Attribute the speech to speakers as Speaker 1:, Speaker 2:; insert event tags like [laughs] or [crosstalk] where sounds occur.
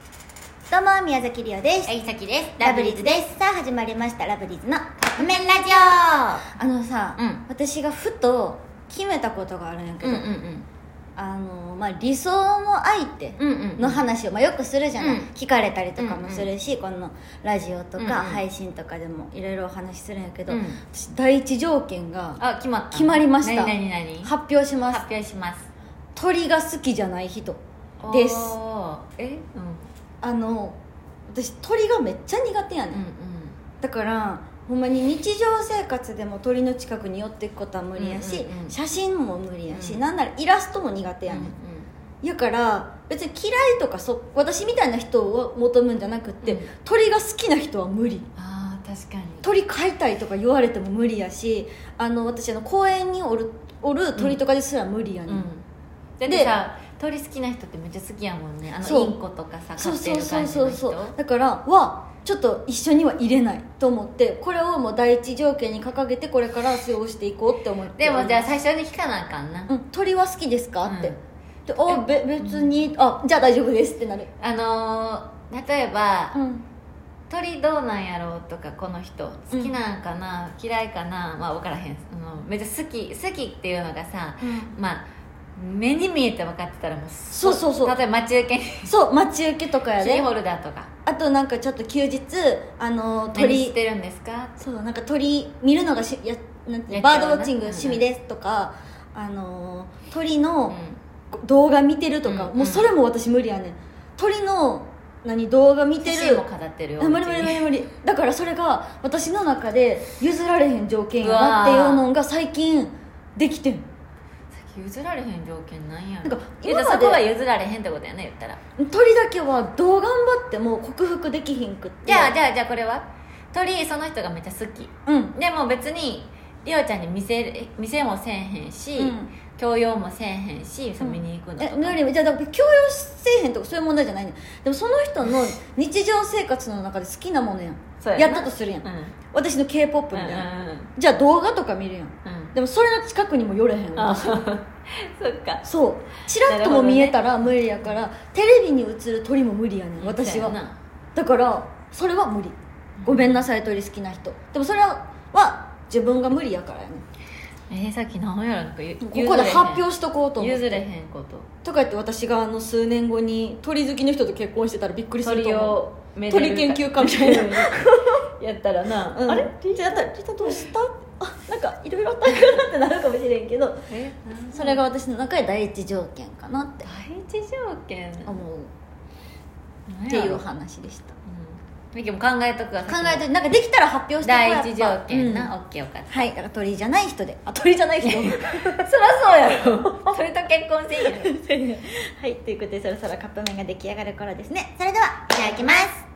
Speaker 1: どうも宮崎りおです、
Speaker 2: えいさきです
Speaker 1: ラブリーズですさあ始まりましたラブリーズのあ
Speaker 2: 仮面ラジオ
Speaker 1: のさ、
Speaker 2: うん
Speaker 1: 私がふと決めたことがあるんやけど、
Speaker 2: うんうん
Speaker 1: あのまあ、理想の相手
Speaker 2: うんうんうん
Speaker 1: の話を、まあ、よくするじゃない、
Speaker 2: うん
Speaker 1: 聞かれたりとかもするし、このラジオと
Speaker 2: うんうん
Speaker 1: か配信とかでもいろいろお話しするんやけど、
Speaker 2: うん
Speaker 1: 私第一条件が
Speaker 2: あ決まった
Speaker 1: 決まりました
Speaker 2: 何何何
Speaker 1: 発表します
Speaker 2: 発表します
Speaker 1: 鳥が好きじゃない人です
Speaker 2: おーえ
Speaker 1: あの私鳥がめっちゃ苦手やね、
Speaker 2: うんんうん
Speaker 1: だからほんまに日常生活でも鳥の近くに寄っていくことは無理やし、
Speaker 2: うんうんうん
Speaker 1: 写真も無理やし、
Speaker 2: うん
Speaker 1: なんならイラストも苦手
Speaker 2: うん
Speaker 1: やねん、
Speaker 2: うん
Speaker 1: やから別に嫌いとかそ私みたいな人を求むんじゃなくって、
Speaker 2: うん
Speaker 1: 鳥が好きな人は無理
Speaker 2: あー確かに
Speaker 1: 鳥飼いたいとか言われても無理やしあの私あの公園におるおる鳥とかですら無理やねん、
Speaker 2: うんだってさ鳥好きな人ってめっちゃ好きやもんねあの
Speaker 1: そう
Speaker 2: インコとかさ飼
Speaker 1: そう
Speaker 2: って
Speaker 1: そう
Speaker 2: る
Speaker 1: そ
Speaker 2: 感
Speaker 1: う
Speaker 2: じの
Speaker 1: そう
Speaker 2: 人
Speaker 1: そうだからはちょっと一緒には入れないと思ってこれをもう第一条件に掲げてこれから過ごしていこうって思って
Speaker 2: でもじゃあ最初に聞かなあかんな
Speaker 1: うん、鳥は好きですか?」って、
Speaker 2: うん
Speaker 1: で「あべ別に、あじゃあ大丈夫です」ってなる
Speaker 2: あのー例えば
Speaker 1: うん
Speaker 2: 鳥どうなんやろうとかこの人好きなんかな、嫌いかなまあ分からへんあのめっちゃ好き好きっていうのがさまあ目に見えて分かってたらもうそう
Speaker 1: そうそう
Speaker 2: 例えば待ち受けに
Speaker 1: そう待ち受けとかや
Speaker 2: キー
Speaker 1: で
Speaker 2: ホルダーとか
Speaker 1: あとなんかちょっと休日あの
Speaker 2: 鳥し
Speaker 1: 鳥
Speaker 2: てるんですか
Speaker 1: そうなんか鳥見るのがしやなんて
Speaker 2: やっち
Speaker 1: バ
Speaker 2: ゃう
Speaker 1: ー
Speaker 2: な
Speaker 1: ドウォッチング趣味ですとか、あの鳥の
Speaker 2: う
Speaker 1: 動画見てるとか、
Speaker 2: うんうん
Speaker 1: もうそれも私無理やねん鳥の何動画見
Speaker 2: ん
Speaker 1: て
Speaker 2: 寿司
Speaker 1: る
Speaker 2: も飾ってるよ
Speaker 1: あ無理無理無理無理だからそれが私の中で譲られへん条件やなっていうのが最近できてん
Speaker 2: 譲られへん条件なんやろ
Speaker 1: なんか
Speaker 2: えじゃあ
Speaker 1: 今ま
Speaker 2: そ
Speaker 1: で
Speaker 2: こは譲られへんってことやね言ったら
Speaker 1: 鳥だけはどう頑張っても克服できひんくって
Speaker 2: じゃあじゃあじゃあこれは鳥その人がめっちゃ好き
Speaker 1: うん
Speaker 2: でも別にりおちゃんに見せる見せもせえへんし、
Speaker 1: うん
Speaker 2: 強要もせえへんし遊びに行くのと
Speaker 1: え
Speaker 2: か、
Speaker 1: 無理じゃあだから強要せえへんとかそういう問題じゃないねんでもその人の日常生活の中で好きなものやん
Speaker 2: そうやな
Speaker 1: やったとするやん、
Speaker 2: うん
Speaker 1: 私の k p o p
Speaker 2: う
Speaker 1: み
Speaker 2: ん
Speaker 1: たいな、
Speaker 2: うん
Speaker 1: じゃあ動画とか見るやん
Speaker 2: うん
Speaker 1: でもそれの近くにも寄れへん
Speaker 2: あ
Speaker 1: わ
Speaker 2: [laughs] そっか
Speaker 1: そうチラッとも見えたら無理やから、テレビに映る鳥も無理やねん私は
Speaker 2: そうやな
Speaker 1: だからそれは無理ごめんなさい鳥好きな人でもそれはは自分が無理やからやね
Speaker 2: えー、さっき何やろなんかゆ
Speaker 1: こ
Speaker 2: 譲
Speaker 1: こ
Speaker 2: れ
Speaker 1: で
Speaker 2: へん
Speaker 1: 発表しとこうと思って
Speaker 2: 譲れへんこと
Speaker 1: とか言って私があの数年後に鳥好きの人と結婚してたらびっくりすると
Speaker 2: 鳥
Speaker 1: 思う
Speaker 2: をめで
Speaker 1: 鳥
Speaker 2: る
Speaker 1: 研究家みたいな、
Speaker 2: [laughs] やったらな、
Speaker 1: うん、
Speaker 2: あれ
Speaker 1: ってやったら「リタどうした?」あ [laughs] なんかいろいろあったんかなってなるかもしれんけど
Speaker 2: え
Speaker 1: それが私の中で第一条件かなって
Speaker 2: 第一条件
Speaker 1: 思うっ
Speaker 2: って
Speaker 1: いう話でした
Speaker 2: みきも考えとくわ
Speaker 1: 考えてなんかできたら発表して
Speaker 2: 第一条件
Speaker 1: うん
Speaker 2: な、オッケーよかっ
Speaker 1: はいだから鳥じゃない人であ鳥じゃない [laughs] 人
Speaker 2: たそらそうやろそれと結婚せんやろ
Speaker 1: はいということでそろそろカップ麺が出来上がる頃ですねそれではいただきます